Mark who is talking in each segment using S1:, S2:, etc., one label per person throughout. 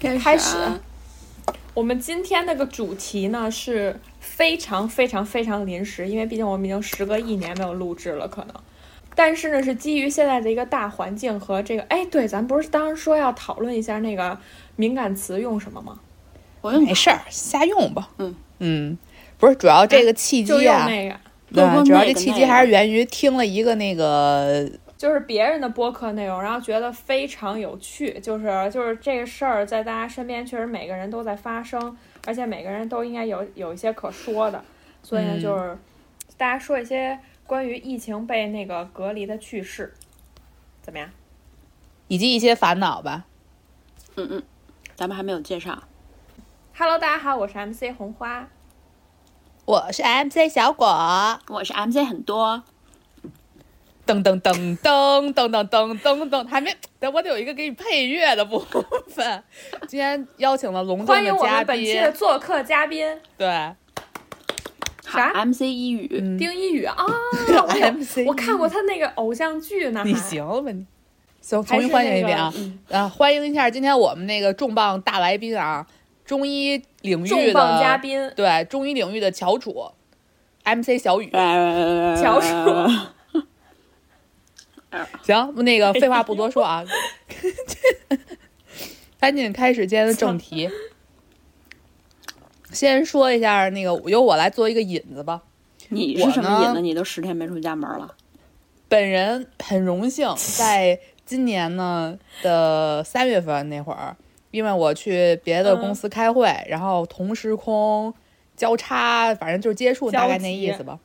S1: 开始,、
S2: 开始。我们今天那个主题呢是非常非常非常临时，因为毕竟我们已经时隔一年没有录制了，可能。但是呢，是基于现在的一个大环境和这个，哎，对，咱不是当时说要讨论一下那个敏感词用什么吗？
S1: 我用
S3: 没事儿，瞎用吧。
S1: 嗯
S3: 嗯，不是，主要这个契
S2: 哎就
S3: 机
S2: 用
S3: 啊，
S2: 那个，
S3: 对
S1: 用过
S3: 主要
S1: 那
S3: 这
S1: 个
S3: 契
S1: 那
S3: 机还
S1: 个
S3: 是源于听了一个那个，
S2: 就是别人的播客内容，然后觉得非常有趣，就是就是这个事儿在大家身边确实每个人都在发生，而且每个人都应该有有一些可说的，所以呢，
S3: 嗯
S2: 就是大家说一些关于疫情被那个隔离的趣事，怎么样？
S3: 以及一些烦恼吧。
S1: 嗯嗯，咱们还没有介绍，
S2: Hello，大家好，我是 MC 红花。
S3: 我是 MC 小果，
S1: 我是 MC 很多，
S3: 噔噔噔噔噔噔噔噔噔，还没，等我得有一个给你配乐的部分。今天邀请了
S2: 欢
S3: 隆重
S2: 迎
S3: 的
S2: 我
S3: 嘉
S2: 们本期
S3: 宾，
S2: 的啊做客嘉宾
S3: 对，
S2: 啥
S1: 好 MC 一语，
S3: 嗯
S2: 丁一宇 啊！我有
S3: MC，
S2: 我看过他那个偶像剧呢，
S3: 你
S2: 还
S3: 行吧你？行，
S2: 还
S3: 重
S2: 是
S3: 新欢迎
S2: 那
S3: 一遍啊
S2: 个！嗯
S3: 啊，欢迎一下今天我们那个重磅大来宾啊，中医领域
S2: 重磅嘉
S3: 的
S2: 宾
S3: 对中医领域的翘楚，MC 小雨。
S1: 乔
S2: 乔叔
S3: 行，那个废话不多说啊， 赶紧开始今天的正题。先说一下那个，由我来做一个引子吧。
S1: 你
S3: 我
S1: 是什么瘾
S3: 呢
S1: 呢？你都十天没出家门了，
S3: 本人很荣幸，在今年呢的三月份那会儿，因为我去别的公司开会，然后同时空交叉，反正就是接触，
S2: 交
S3: 大概那
S2: 集
S3: 意思吧。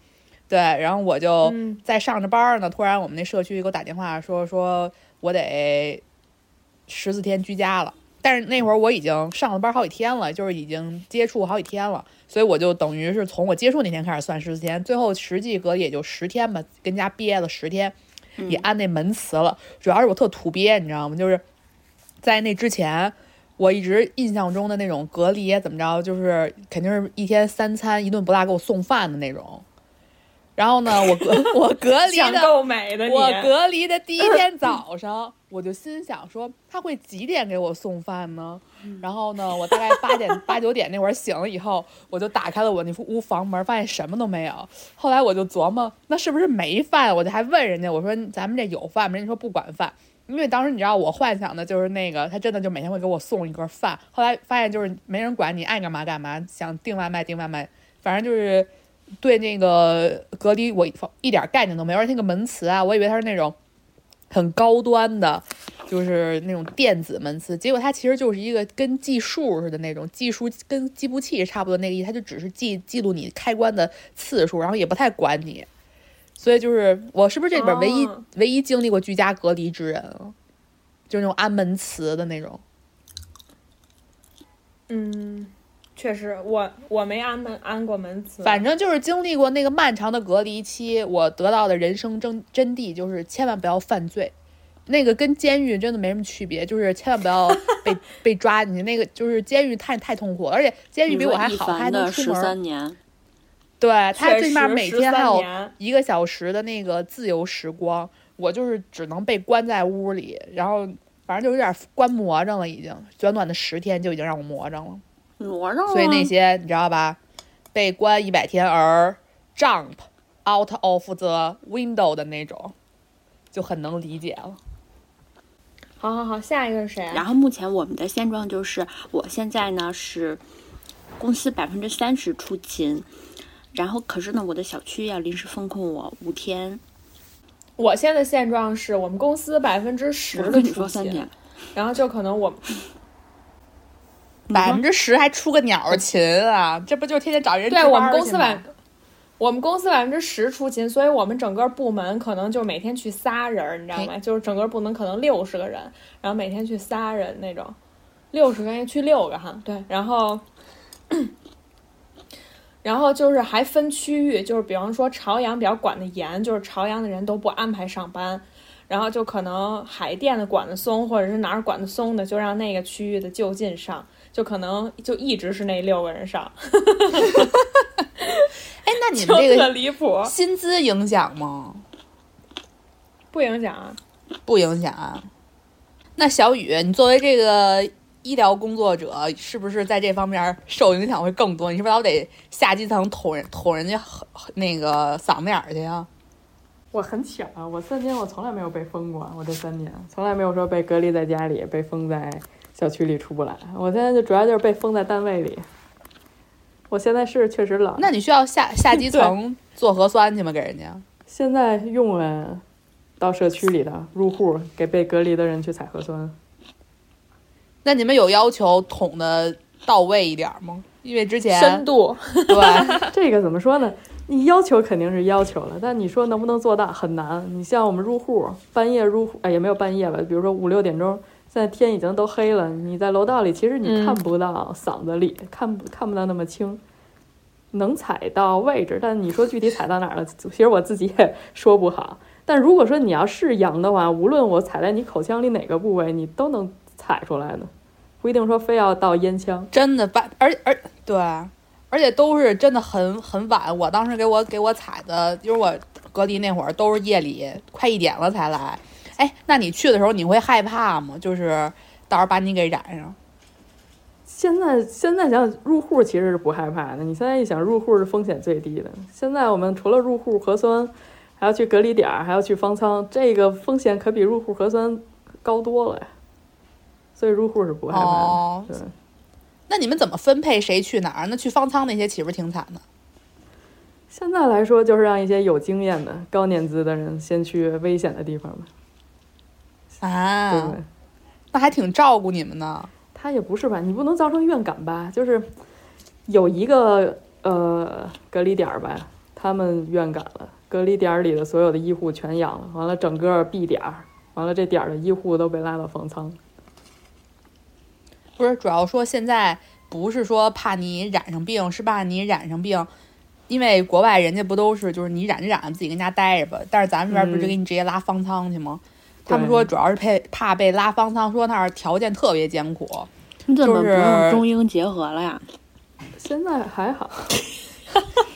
S3: 对，然后我就
S2: 嗯
S3: 在上着班儿呢，突然我们那社区给我打电话说，说我得十四天居家了。但是那会儿我已经上了班好几天了，就是已经接触好几天了，所以我就等于是从我接触那天开始算十四天，最后实际隔也就十天吧，跟家憋了十天，也按那门磁了。主要是我特土鳖，你知道吗？就是在那之前，我一直印象中的那种隔离怎么着，就是肯定是一天三餐一顿不落给我送饭的那种。然后呢，我隔 我隔离
S2: 想
S3: 的
S2: 够美的你，
S3: 我隔离的第一天早上，我就心想说他会几点给我送饭呢？然后呢，我大概八点嗯 八九点那会儿醒了以后，我就打开了我那屋房门，发现什么都没有。后来我就琢磨，那是不是没饭？我就还问人家，我说咱们这有饭吗？人家说不管饭。因为当时你知道，我幻想的就是那个，他真的就每天会给我送一盒饭。后来发现就是没人管你，爱干嘛干嘛，想订外卖订外卖，反正就是对那个隔离我一点概念都没有，而且那个门磁啊，我以为它是那种很高端的，就是那种电子门磁，结果它其实就是一个跟计数似的那种，计数跟计步器差不多那个意思，它就只是记记录你开关的次数，然后也不太管你。所以就是我是不是这里边唯一、
S2: 哦
S3: 唯一经历过居家隔离之人啊？就是那种安门磁的那种。
S2: 嗯，确实，我我没安门安过门磁，
S3: 反正就是经历过那个漫长的隔离期，我得到的人生真真谛就是千万不要犯罪，那个跟监狱真的没什么区别，就是千万 不要被被抓进去。那个就是监狱太太痛苦了，而且监狱
S1: 你
S3: 比
S1: 说
S3: 我还
S1: 一
S3: 好，
S1: 凡
S3: 他还能
S1: 的
S3: 出
S1: 十
S3: 门。
S1: 三年，
S3: 对他
S2: 确
S3: 最起码
S2: 实
S3: 每天还
S2: 13
S3: 有
S2: 年
S3: 一个小时的那个自由时光，我就是只能被关在屋里，然后反正就有点关魔怔了，已经短短的十天就已经让我魔怔了。
S1: 挪啊着了，
S3: 所以
S2: 嗯
S3: 那些你知道吧，被关一百天而 jump out of the window 的那种，就很能理解
S2: 嗯
S3: 了。
S2: 好好好，下一个是谁啊？
S1: 然后目前我们的现状就是，我现在呢是公司百分之三十出勤，然后可是呢，我的小区要临时封控我五天，
S2: 我现在现状是我们公司百分之十
S1: 我
S2: 的
S1: 跟你
S2: 出
S1: 说三
S2: 勤
S1: 天，
S2: 然后就可能我
S3: 百分之十还出个鸟儿勤啊，这不就天天找人
S2: 对
S3: 值班
S2: 我们
S3: 儿
S2: 公
S3: 去
S2: 司
S3: 吗
S2: 百，我们公司百分之十出勤，所以我们整个部门可能就每天去仨人儿，你知
S3: 哎
S2: 道吗？就是整个部门可能六十个人，然后每天去仨人那种，六十个人去六个哈，对，然后。然后就是还分区域，就是比方说朝阳比较管的严，就是朝阳的人都不安排上班，然后就可能海淀的管的松，或者是哪儿管的松的，就让那个区域的就近上，就可能就一直是那六个人上，
S3: 哎，那你
S2: 就
S3: 们这
S2: 特
S3: 个
S2: 离谱，
S3: 薪资影响吗？
S2: 不影响啊。
S3: 不影响啊。那小雨，你作为这个医疗工作者是不是在这方面受影响会更多？你是不是老得下基层捅人捅人家那个嗓子眼儿去啊呀、
S4: 我很巧啊，我三年我从来没有被封过，啊我这三年从来没有说被隔离在家里，被封在小区里出不来。我现在就主要就是被封在单位里。我现在是确实懒，
S3: 那你需要 下下基层做核酸去吗？给人家？
S4: 现在用人到社区里的入户给被隔离的人去采核酸。
S3: 那你们有要求捅的到位一点儿吗？因为之前
S2: 深度，
S3: 对，
S4: 这个怎么说呢？你要求肯定是要求了，但你说能不能做到很难。你像我们入户，半夜入户，哎，也没有半夜吧，比如说五六点钟，现在天已经都黑了，你在楼道里，其实你
S2: 嗯
S4: 看不到嗓子里，看不看不到那么清，能踩到位置，但你说具体踩到哪儿了，其实我自己也说不好。但如果说你要是阳的话，无论我踩在你口腔里哪个部位，你都能踩出来的，不一定说非要到咽腔。
S3: 真的把，而而对，啊而且都是真的很很晚。我当时给我给我采的，就是我隔离那会儿都是夜里快一点了才来。哎，那你去的时候你会害怕吗？就是到时候把你给染上，
S4: 现在现在想想入户其实是不害怕的，你现在一想入户是风险最低的。现在我们除了入户核酸，还要去隔离点儿，还要去方舱，这个风险可比入户核酸高多了呀。所以入户是不害怕的。
S3: 哦
S4: 对，
S3: 那你们怎么分配谁去哪儿？那去方舱那些岂不是挺惨的？
S4: 现在来说就是让一些有经验的高年资的人先去危险的地方吧，对不
S3: 啊
S4: 对，？
S3: 那还挺照顾你们呢。
S4: 他也不是吧，你不能造成怨感吧？就是有一个呃隔离点儿吧，他们怨感了，隔离点儿里的所有的医护全阳了，完了整个 B 点儿，完了这点儿的医护都被拉到方舱。
S3: 不是，主要说现在不是说怕你染上病，是怕你染上病，因为国外人家不都是就是你染着染着自己跟家待着吧，但是咱们这边不是
S4: 嗯
S3: 给你直接拉方舱去吗？他们
S4: 对
S3: 说主要是被怕被拉方舱，说那儿条件特别艰苦。
S1: 你怎么不
S3: 啊就是
S1: 用中英结合了呀？
S4: 现在还 好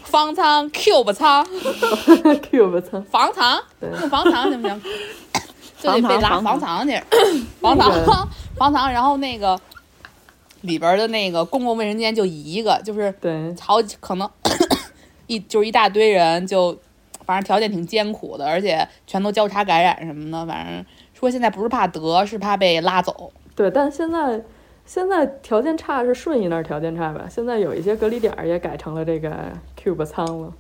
S3: 方舱、cube 舱、
S4: ，Cube 舱
S3: 房舱，
S4: 对
S3: 用房舱行不行？就得被拉
S1: 房
S3: 房
S1: 舱
S3: 舱去，房
S4: 那
S3: 舱，房舱，然后那个里边的那个公共卫生间就一个，就是
S4: 对，
S3: 好几可能一就是一大堆人就，反正条件挺艰苦的，而且全都交叉感染什么的，反正说现在不是怕得，是怕被拉走。
S4: 对，但现在现在条件差是顺义那儿条件差吧？现在有一些隔离点儿也改成了这个 Cube 舱了，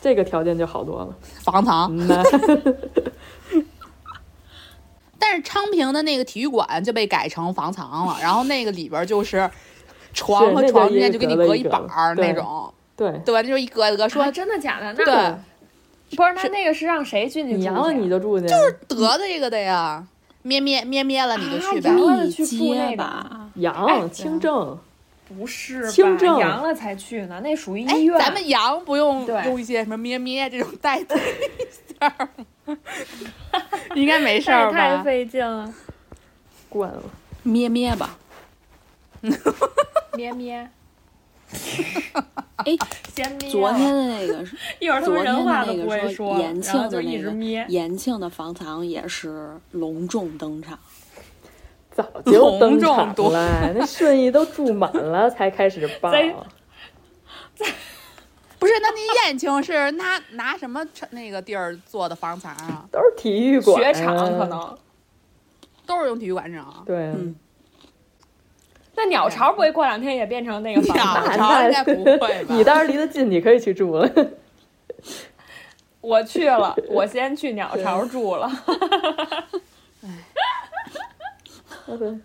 S4: 这个条件就好多了。
S3: 房堂，
S4: 嗯呐。
S3: 但是昌平的那个体育馆就被改成房藏了，然后那个里边就是床
S4: 是
S3: 和
S4: 那
S3: 床
S4: 叫
S3: 之间
S4: 一
S3: 就给
S4: 个
S3: 你
S4: 隔了
S3: 隔
S4: 一
S3: 一
S4: 个
S3: 板儿那
S4: 对啊
S3: 种，
S4: 对，
S3: 对吧？那就是一格一格
S2: 说
S3: 说，
S2: 真的假的？
S3: 对，
S2: 那不是那
S3: 是
S2: 那个是让谁进去住
S4: 你
S2: 去啊？
S4: 阳了你就住进，就是
S3: 得这个的呀，咩咩咩咩了你就去呗
S2: 啊。
S1: 你
S2: 了去住那个
S1: 结吧，
S4: 阳轻症。
S2: 不是吧
S4: 轻症
S2: 阳了才去呢，那属于
S3: 哎
S2: 医院。，
S3: 咱们羊不用
S2: 对
S3: 用一些什么咩咩这种代替一下儿吗？ 应该没事
S2: 那
S3: 儿
S2: 也太
S3: 吧？
S2: 费劲了，
S4: 惯了。
S1: 咩咩吧。
S2: 咩咩。
S1: 哎，
S2: 先咩了。
S1: 昨天的那个是
S2: 一会儿他们人话都不会
S1: 昨天的那个说延庆
S2: 然后就
S1: 的那个。
S2: 一直咩
S1: 延庆的房藏也是隆重登场，
S4: 早就登
S3: 隆重
S4: 场
S3: 多
S4: 了，那顺义都住满了才开始报。
S2: 在
S3: 不是，那您燕青是拿拿什么车那个地儿做的房产啊？
S4: 都是体育馆、
S2: 雪
S4: 嗯
S2: 场可。能，
S3: 都是用体育馆整啊。
S4: 对啊，
S1: 嗯
S2: 那鸟巢不会过两天也变成那个
S3: 鸟
S2: 房子？
S3: 巢应该不会吧？
S4: 你倒是离得近，你可以去住了。
S2: 我去了，我先去鸟巢住了。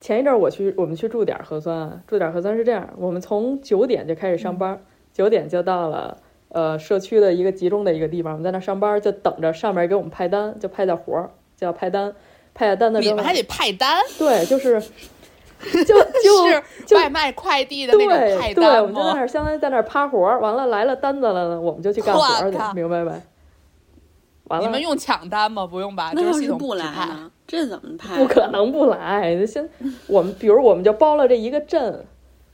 S4: 前一阵儿我去，我们去驻点儿核酸，驻点儿核酸是这样，我们从九点就开始上班，九、点就到了呃社区的一个集中的一个地方，我们在那上班就等着上面给我们派单，就派到活儿，叫派单，派下单的时
S3: 你
S4: 候
S3: 们还得派单，
S4: 对，就是。就 就是
S3: 外卖快递的那种派
S4: 对对，我
S3: 单
S4: 们就在那
S3: 吗？
S4: 儿，相当于在那儿趴活儿，完了来了单子了呢，我们就去干活儿去
S3: 我靠，
S4: 明白没？完
S3: 你
S4: 了
S3: 们，用抢单吗？不用吧，
S1: 那
S3: 就
S1: 要
S3: 系
S1: 是
S3: 统
S1: 不
S3: 指
S1: 来啊
S3: 派。
S1: 呢？这怎么啊拍？
S4: 不可能不来。先，我们比如我们就包了这一个镇，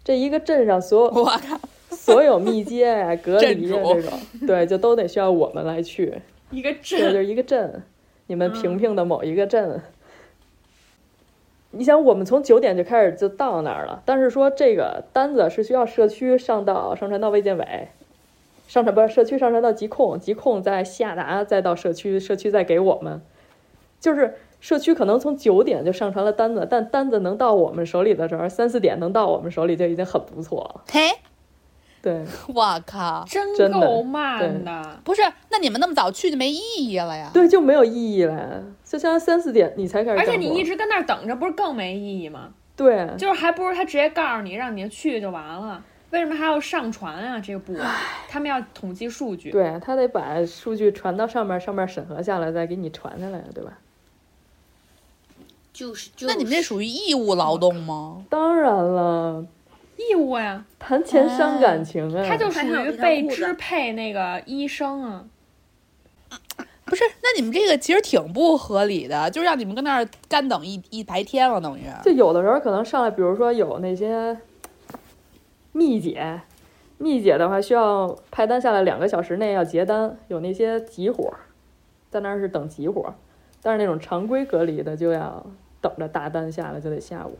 S4: 这一个镇上所有
S3: 我靠，
S4: 所有密接呀、隔离呀
S3: 镇主
S4: 这种，对，就都得需要我们来去。
S2: 一个 镇，
S4: 对，就
S2: 嗯
S4: 是一个镇，你们平平的某一个镇，你想，我们从九点就开始就到那儿了，但是说这个单子是需要社区上到上传到卫健委，上传不是社区上传到疾控，疾控再下达再到社区，社区再给我们，就是社区可能从九点就上传了单子，但单子能到我们手里的时候，三四点能到我们手里就已经很不错了。
S3: 嘿，
S4: 对，
S3: 我靠，
S2: 真
S4: 真的
S2: 够慢
S4: 对
S2: 的。
S3: 不是，那你们那么早去就没意义了呀？
S4: 对，就没有意义了。就相当于三四点你才开始
S2: 而
S4: 干活，
S2: 且你一直跟那儿等着，不是更没意义吗？
S4: 对，
S2: 就是还不如他直接告诉你，让你去就完了。为什么还要上传啊？这个步啊，他们要统计数据。
S4: 对他得把数据传到上面，上面审核下来，再给你传下来，对吧？
S1: 就是就
S3: 那你们这属于义务劳动吗？
S4: 当然了，
S2: 义务呀、
S4: 谈钱伤感情啊，
S2: 哎他就属
S1: 还想
S2: 于
S1: 给他
S2: 被
S1: 护着
S2: 支配那个医生啊。
S3: 不是，那你们这个其实挺不合理的，就让你们跟那儿干等一一白天了，等于。
S4: 就有的时候可能上来，比如说有那些密姐，密姐的话需要派单下来两个小时内要结单，有那些急活，在那儿是等急活，但是那种常规隔离的就要等着大单下来就得下午。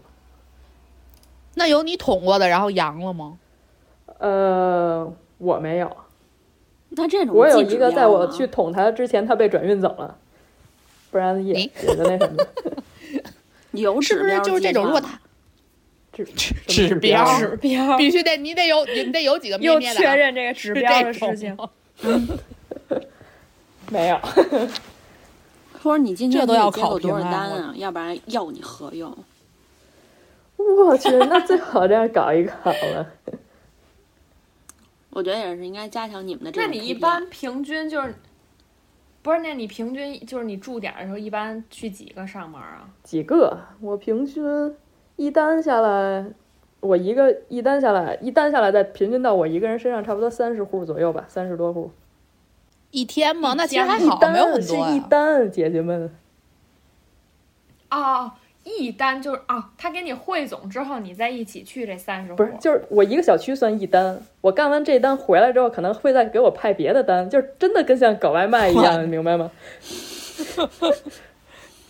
S3: 那有你捅过的，然后阳了吗？
S4: 呃，我没有，
S1: 那这种
S4: 我有
S1: 禁止
S4: 一个
S1: 要
S4: 在我
S1: 吗
S4: 去捅他之前，他被转运走了，不然也
S3: 你
S4: 也就那什么。
S1: 有
S3: 是不是
S1: 指标
S3: 就是这种？
S1: 阶
S3: 如果
S1: 段
S3: 他
S4: 指
S3: 指
S4: 指
S3: 标
S4: 标
S2: 指标
S3: 必须得你得有你得有几个咩
S2: 又
S3: 咩
S2: 确
S3: 的啊，
S2: 认这个指
S3: 是
S2: 标
S3: 这
S2: 的
S3: 种
S2: 事情。
S3: 吗
S4: 没有，
S1: 或者你今天
S3: 这都要
S1: 你接过
S3: 考评
S1: 多少
S3: 啊
S1: 单
S3: 我
S1: 啊？要不然要你何用？
S4: 我去，那最好这样搞一搞了。
S1: 我觉得也是应该加强你们的这
S2: 那
S1: 种啊 KPI。
S2: 你一般平均就是，不是？那你平均就是你驻点的时候，一般去几个上门啊？
S4: 几个，我平均一单下来，我一个一单下来，一单下来再平均到我一个人身上，差不多三十户左右吧，三十多户。
S3: 一天吗？那其实还
S4: 一
S3: 好，
S4: 单
S3: 没有很
S4: 是
S3: 多啊
S4: 一
S3: 呀。
S4: 单，姐姐们，
S2: 哦，一单就是哦，他给你汇总之后，你再一起去这三十户
S4: 不是，就是我一个小区算一单，我干完这单回来之后，可能会再给我派别的单，就是真的跟像搞外卖一样，你明白吗？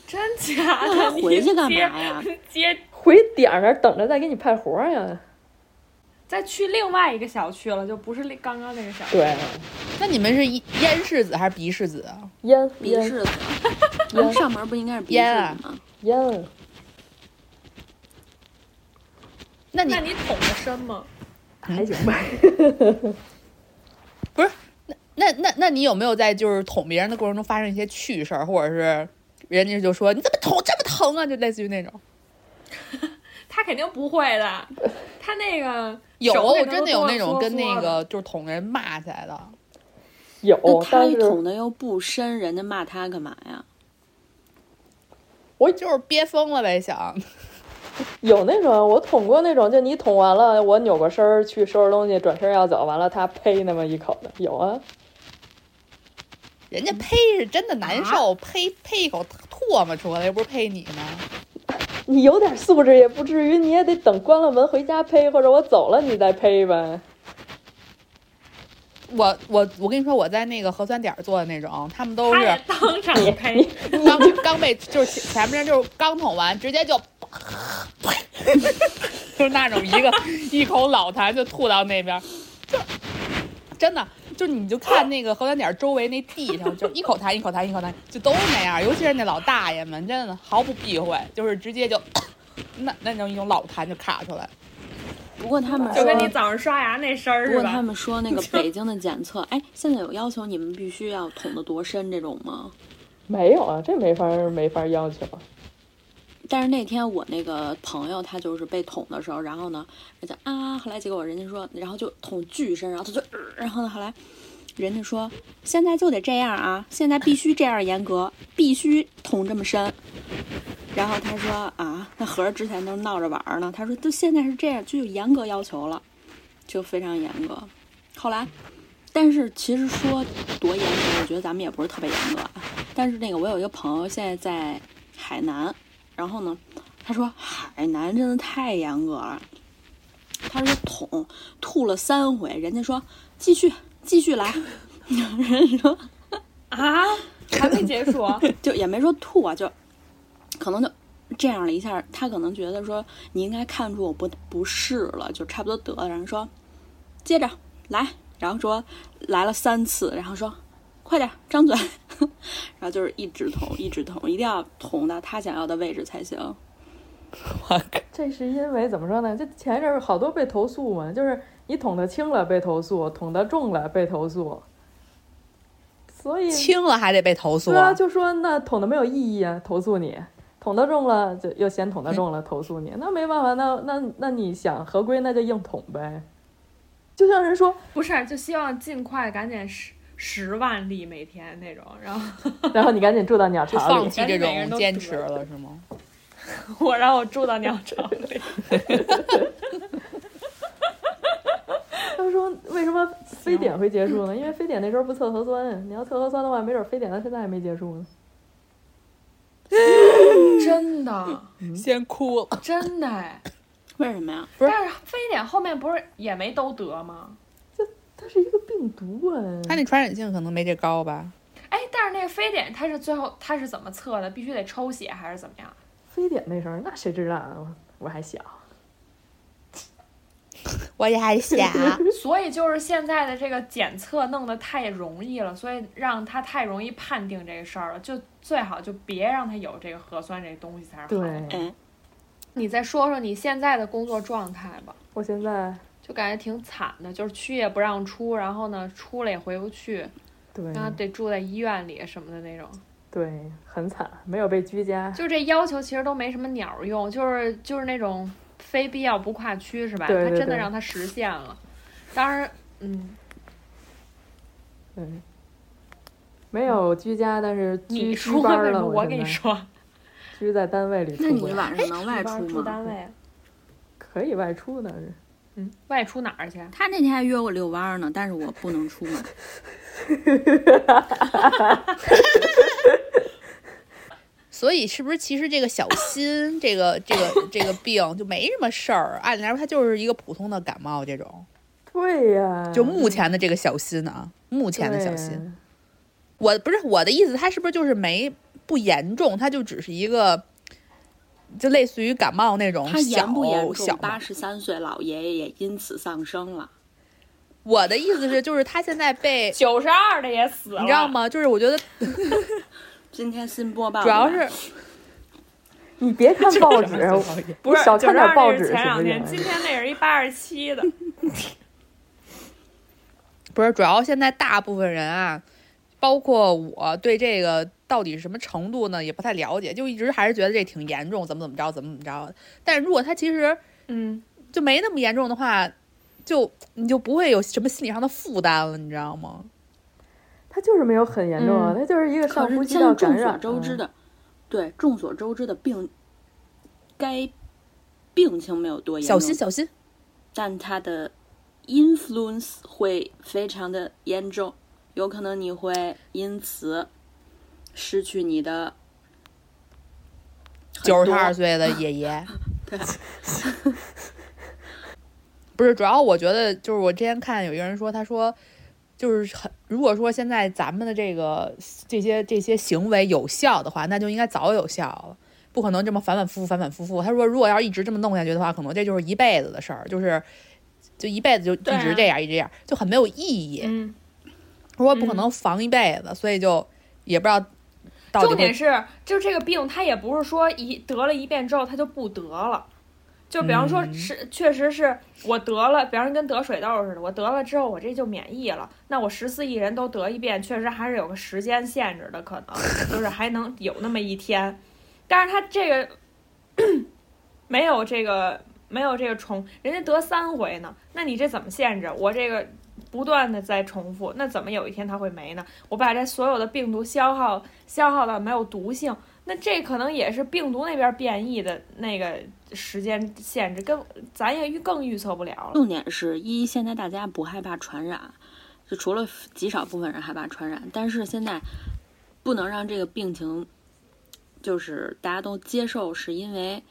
S2: 真假
S1: 那
S2: 的？
S1: 还回去干
S2: 你
S1: 嘛
S2: 接
S1: 呀？
S2: 接
S4: 回点儿那儿等着再给你派活儿呀。
S2: 再去另外一个小区了，就不是刚刚那个小区。
S4: 对，
S3: 那你们是一烟柿子还是鼻柿子啊？
S4: 烟
S1: 鼻
S4: 烟
S1: 柿子，人上门不应该是鼻
S3: 烟
S1: 柿
S3: 啊
S1: 子吗？
S4: 烟，
S3: 那你
S2: 那你捅的深吗？
S4: 还行吧。
S3: 那那那你有没有在就是捅别人的过程中发生一些趣事儿，或者是人家就说你怎么捅这么疼啊？就类似于那种。
S2: 他肯定不会 的，他那个
S3: 有，
S2: 手
S3: 我
S2: 那头
S3: 真的有那种跟
S2: 哆哆嗦嗦
S3: 那
S2: 的
S3: 个就是捅人骂起来的，
S4: 有
S1: 那，他
S4: 但
S1: 一
S4: 是
S1: 捅的又不深，人家骂他干嘛呀？
S3: 我就是憋疯了呗，想
S4: 有那种啊我捅过那种，就你捅完了，我扭过身儿去收拾东西，转身要走，完了他呸那么一口的，有啊，
S3: 人家呸是真的难受，呸呸一口唾沫出来，又不是呸你吗？
S4: 你有点素质也不至于，你也得等关了门回家呸，或者我走了你再呸呗。
S3: 我我我跟你说，我在那个核酸点儿做的那种，他们都
S2: 他
S3: 是
S2: 也当场 赔。
S3: 刚刚被就是前前面就是刚捅完，直接就，就是那种一个一口老痰就吐到那边儿，就真的就你就看那个核酸点儿周围那地上，就一口痰一口痰一口痰，就都是那样，尤其是那老大爷们，真的毫不避讳，就是直接就那那种一种老痰就卡出来。
S1: 不过他们
S2: 就跟你
S1: 说，
S2: 早上刷牙那声儿
S1: 不
S2: 是
S1: 过他
S2: 吧？
S1: 们说那个北京的检测，哎，现在有要求你们必须要捅得多深这种吗？
S4: 没有啊，这没法没法要求。啊
S1: 但是那天我那个朋友他就是被捅的时候，然后呢，他就啊，后来结果人家说，然后就捅巨深，然后他就，呃然后呢，后来人家说现在就得这样啊，现在必须这样严格，必须捅这么深。然后他说啊，那合着之前都闹着玩儿呢。他说就现在是这样，就有严格要求了，就非常严格。后来，但是其实说多严格，我觉得咱们也不是特别严格啊。但是那个我有一个朋友现在在海南，然后呢，他说海南真的太严格了。他说捅吐了三回，人家说继续继续来，人家说
S2: 啊，还没结束。
S1: 就也没说吐啊，就可能就这样了一下，他可能觉得说你应该看出我不不是了，就差不多得了。然后说接着来，然后说来了三次，然后说快点张嘴， 然后就是一直捅，一直捅，一定要捅到他想要的位置才行。
S4: 这是因为怎么说呢？这前一阵儿好多被投诉嘛，就是你捅的轻了被投诉，捅的重了被投诉，所以
S3: 轻了还得被投诉
S4: 对啊，就说那捅的没有意义啊，投诉你；捅的中了就又嫌 捅的中了，投诉你。那没办法，那那那你想合规，那就硬捅呗。就像人 说，
S2: 不是，就希望尽快赶紧十十万粒每天那种，然后
S4: 然后你赶紧住到鸟
S3: 就
S4: 巢
S3: 放
S4: 里，
S3: 弃这
S2: 感觉每个人
S3: 种
S2: 都
S3: 坚
S2: 得
S3: 持了是吗？
S2: 我让我住到鸟巢 里。
S4: 他说为什么非典会结 束呢？因为非典那时候不测核酸，你要测核酸的话，没准非典到现在还没结束呢。
S2: 真的，
S3: 先哭了，
S2: 真的哎。
S1: 为什么呀？
S3: 不是
S2: 但是非典后面不是也没都得吗？
S4: 它是一个病毒啊！
S3: 他那传染性可能没这高吧？
S2: 哎，但是那个非典它是最后它是怎么测的？必须得抽血还是怎么样？
S4: 非典那时候，那谁知道啊？我我还小，
S3: 我也还 小，
S2: 所以就是现在的这个检测弄得太容易了，所以让它太容易判定这个事儿了，就最好就别让它有这个核酸这东西才是好的。
S4: 对
S1: 哎，
S2: 你再说说你现在的工作状态吧，
S4: 我现在
S2: 就感觉挺惨的，就是区也不让出，然后呢出了也回不去，
S4: 对
S2: 然后得住在医院里什么的那种。
S4: 对很惨，没有被居家。
S2: 就这要求其实都没什么鸟用，就是就是那种非必要不跨区是吧？
S4: 对对
S2: 它真的
S4: 对
S2: 让它实现了，当然，嗯，
S4: 对，没有居家，但是
S2: 你
S4: 居居
S2: 说
S4: 班
S2: 为
S4: 儿
S2: 什么
S4: 了。
S2: 我
S4: 现
S2: 跟你
S4: 在
S2: 说，
S4: 居在单位里
S1: 那
S4: 出
S1: 你
S4: 轨，
S1: 晚上能外
S2: 一般
S1: 出
S2: 住单
S1: 吗？
S2: 位，啊
S4: 可以外出的，
S2: 嗯，外出哪儿去？
S1: 他那天还约我遛弯儿呢，但是我不能出门。
S3: 所以是不是其实这个小心这个这个这个病就没什么事儿？按理来说它就是一个普通的感冒这种。
S4: 对呀、
S3: 就目前的这个小心啊，目前的小
S4: 对
S3: 心，我不是我的意思，它是不是就是没不严重？它就只是一个，就类似于感冒那种
S1: 他
S3: 小
S1: 严不严
S3: 哦小
S1: 重？八十三岁老爷爷也因此丧生了。
S3: 我的意思是，就是它现在被
S2: 九十二的也死了，
S3: 你知道？吗？就是我觉得
S1: 今天新播报
S3: 主要
S1: 的
S2: 啊
S3: 是
S4: 你 别看报纸，
S2: 不是，
S4: 少看点报
S2: 92那
S4: 纸
S2: 是前
S4: 什么
S2: 两天，
S4: 的
S2: 今。天那是一八十七 的，
S3: 不是主要现在大部分人啊，包括我对这个到底是什么程度呢，也不太了解，就一直还是觉得这挺严重，怎么怎么着，怎么怎么着。但是如果它其实
S2: 嗯，
S3: 就没那么严重的话，就你就不会有什么心理上的负担了，你知道吗？
S4: 它就是没有很严重啊，它就是一个上
S1: 嗯可
S4: 呼
S1: 是
S4: 吸
S1: 现在
S4: 道感
S1: 众
S4: 染
S1: 所
S4: 啊。
S1: 周
S3: 嗯
S1: 知的，对众所周知的病，该病情没有多严
S3: 小
S1: 重，
S3: 心小心，
S1: 但它的 influence 会非常的严重，有可能你会因此失去你的很
S3: 九
S1: 多
S3: 十二岁的爷 爷。 不是，主要我觉得就是我之前看有一个人说，他说就是很，如果说现在咱们的这个这些这些行为有效的话，那就应该早有效了，不可能这么反反复复反反复复。他说，如果要是一直这么弄下去的话，可能这就是一辈子的事儿，就是就一辈子就
S2: 对
S3: 一
S2: 啊
S3: 直这样，一直这样，就很没有意义。
S2: 嗯，
S3: 他说不可能防一辈子，所以就也不知道到底
S2: 重
S3: 会
S2: 点是，就这个病，它也不是说一得了一遍之后它就不得了。就比方说
S3: 嗯
S2: 是，确实是我得了，比方说跟得水痘似的，我得了之后我这就免疫了。那我十四亿人都得一遍，确实还是有个时间限制的，可能就是还能有那么一天。但是他这个没有这个没有这个重，人家得三回呢，那你这怎么限制？我这个不断的在重复，那怎么有一天它会没呢？我把这所有的病毒消耗消耗到没有毒性，那这可能也是病毒那边变异的那个时间限制，跟咱也预更预测不了了。
S1: 重点是一，现在大家不害怕传染，就除了极少部分人害怕传染，但是现在不能让这个病情就是大家都接受，是因为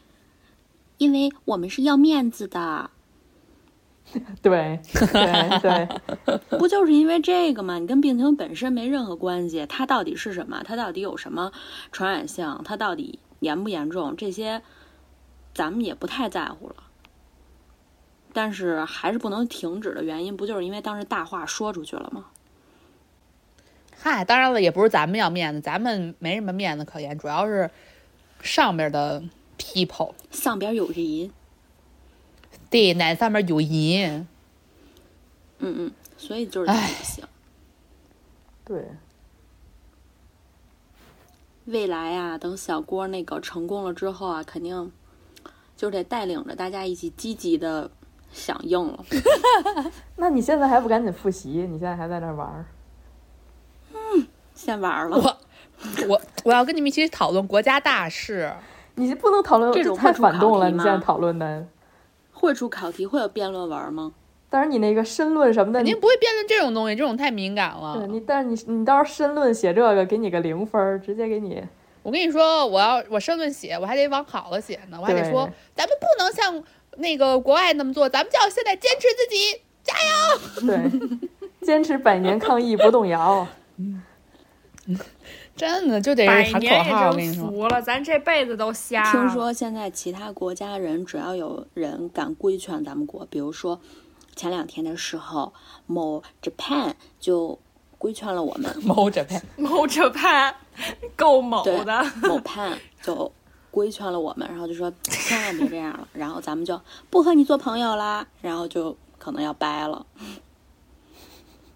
S1: 因为我们是要面子的，
S4: 对对 对，
S1: 不就是因为这个吗？你跟病情本身没任何关系，它到底是什么？它到底有什么传染性？它到底严不严重这些，咱们也不太在乎了。但是还是不能停止的原因，不就是因为当时大话说出去了吗？
S3: 嗨，当然了，也不是咱们要面子，咱们没什么面子可言，主要是上边的 people
S1: 上边有人，
S3: 对哪上面有人，
S1: 嗯嗯，所以就是这样不行。
S4: 对，
S1: 未来啊，等小郭那个成功了之后啊，肯定就得带领着大家一起积极的响应了。
S4: 那你现在还不赶紧复习？你现在还在那玩儿？
S1: 先玩儿了，
S3: 我我我要跟你们一起讨论国家大事，
S4: 你不能讨论
S1: 这种
S4: 太
S1: 会出
S4: 反动
S1: 考
S4: 了。
S1: 题
S4: 你现在
S1: 吗
S4: 讨论的，
S1: 会出考题，会有辩论文吗？
S4: 但是你那个申论什么
S2: 嗯
S4: 的，
S3: 肯
S4: 你
S3: 定不会辩论这种东西，这种太敏感了
S4: 对。你，但是你你到时候申论写这个，给你个零分儿，直接给 你。
S3: 我跟你说，我要我申论写，我还得往好了写呢，我还得
S4: 对
S3: 说咱们不能像那个国外那么做，咱们就要现在坚持自己。
S4: 对，坚持百年抗疫不动摇。
S3: 真的就得
S2: 百
S3: 喊口
S2: 年
S3: 号，我
S2: 也
S3: 跟你
S2: 真
S3: 说，
S2: 服了，咱这辈子都瞎了。
S1: 听说现在其他国家人只要有人敢规劝咱们国，比如说前两天的时候，某 Japan 就规劝了我们，
S3: 某着呗。
S2: 某着派够某
S1: 对
S2: 的，
S1: 某 Pan 就规劝了我们，然后就说千万别这样了，然后咱们就不和你做朋友啦，然后就可能要掰了。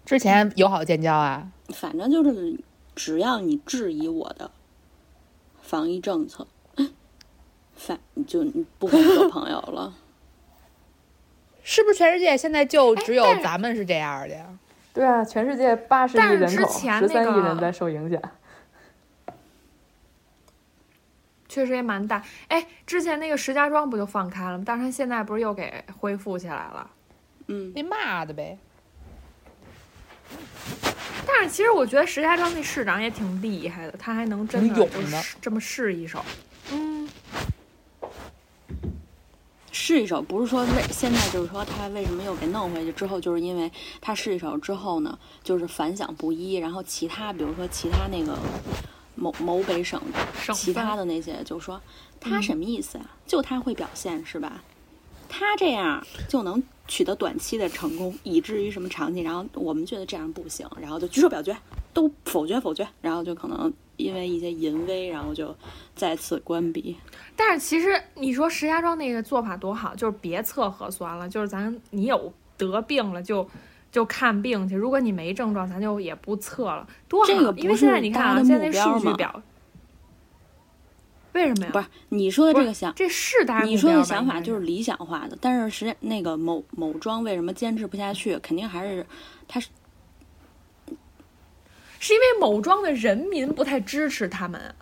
S3: 之前友好建交啊，
S1: 反正就是，只要你质疑我的防疫政策， 反就你不和我做朋友了。
S3: 是不是全世界现在就只有
S2: 哎但是
S3: 咱们是这样的呀？
S4: 对啊，全世界八十亿
S2: 但是
S4: 人
S2: 之
S4: 口，
S2: 前
S4: 十
S2: 那
S4: 三亿人
S2: 个
S4: 在受影响。
S2: 确实也蛮大。哎，之前那个石家庄不就放开了吗？但是他现在不是又给恢复起来了？
S1: 嗯，
S3: 被骂的呗。
S2: 但是其实我觉得石家庄那市长也挺厉害的，他还能真的
S3: 挺勇
S2: 就是
S3: 的
S2: 这么试一手。嗯，
S1: 试一手，不是说为现在就是说他为什么又给弄回去，之后就是因为他试一手之后呢，就是反响不一，然后其他比如说其他那个某某北省
S2: 省
S1: 其他
S2: 份嗯
S1: 的那些就说他什么意思啊？就他会表现是吧？他这样就能取得短期的成功，以至于什么长期？然后我们觉得这样不行，然后就举手表决，都否决否决，然后就可能因为一些淫威，然后就再次关闭。
S2: 但是其实你说石家庄那个做法多好，就是别测核酸了，就是咱你有得病了就就看病去，如果你没症状，咱就也不测了，多好。
S1: 这个
S2: 因
S1: 不
S2: 为现
S1: 是
S2: 在你看啊，
S1: 大家的
S2: 现在
S1: 目
S2: 那
S1: 标
S2: 数据
S1: 吗
S2: 表，为什么呀？
S1: 不是你说的
S2: 不
S1: 这
S2: 是
S1: 个想，
S2: 这是大家
S1: 你
S2: 目
S1: 说
S2: 标
S1: 的
S2: 吧
S1: 想
S2: 应
S1: 法
S2: 该
S1: 就是理想化的，但是实际那个某某庄为什么坚持不下去，肯定还是他是
S2: 是因为某庄的人民不太支持他们啊，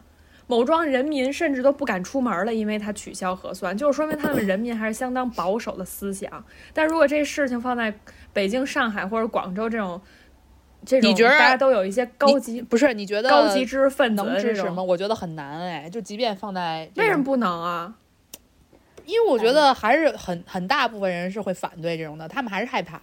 S2: 某庄人民甚至都不敢出门了，因为他取消核酸，就是说明他们人民还是相当保守的思想。但如果这事情放在北京、上海或者广州这种这种，
S3: 你觉得
S2: 大家都有一些高级
S3: 不是，你觉得
S2: 高级知识分子
S3: 能
S2: 的这
S3: 支持
S2: 种，
S3: 吗？我觉得很难哎，就即便放在这
S2: 为什
S3: 种
S2: 么不能啊？
S3: 因为我觉得还是很很大部分人是会反对这种的，他们还是害怕。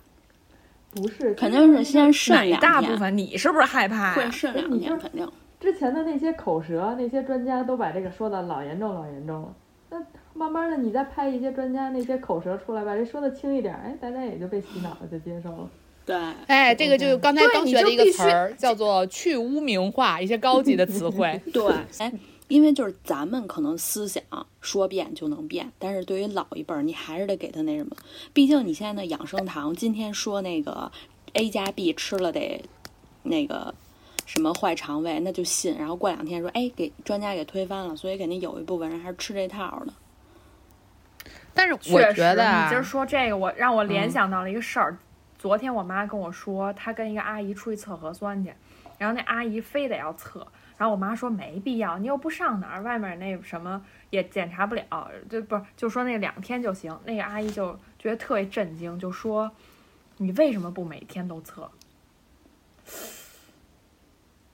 S4: 不是，
S1: 肯定是先慎
S2: 哪
S1: 两
S2: 大部
S1: 天，
S2: 分你是不是害怕、
S1: 会
S2: 呀？
S1: 慎
S4: 哎
S1: 两
S4: 你
S1: 天
S4: 说
S1: 肯定。
S4: 之前的那些口舌，那些专家都把这个说的老严重老严重了。那慢慢的，你再派一些专家那些口舌出来，把这说的轻一点，哎，大家也就被洗脑了，就接受了。
S1: 对，。
S3: 哎，这个就刚才
S2: 对
S3: 刚
S2: 你
S3: 学
S2: 就
S3: 的一个
S2: 必须
S3: 词儿，叫做去污名化，一些高级的词 汇
S1: 对，哎，因为就是咱们可能思想说变就能变，但是对于老一辈儿，你还是得给他那什么。毕竟你现在的养生堂，今天说那个 A 加 B 吃了得那个什么坏肠胃，那就信，然后过两天说，哎，给专家给推翻了，所以肯定有一部分人还是吃这套的。
S3: 但是我
S2: 确
S3: 觉
S2: 实，你
S3: 得
S2: 今儿
S3: 啊，嗯
S2: 说这个，我让我联想到了一个事儿。昨天我妈跟我说，她跟一个阿姨出去测核酸去，然后那阿姨非得要测，然后我妈说没必要，你又不上哪儿，外面那什么也检查不了，就不是就说那两天就行。那个阿姨就觉得特别震惊，就说你为什么不每天都测？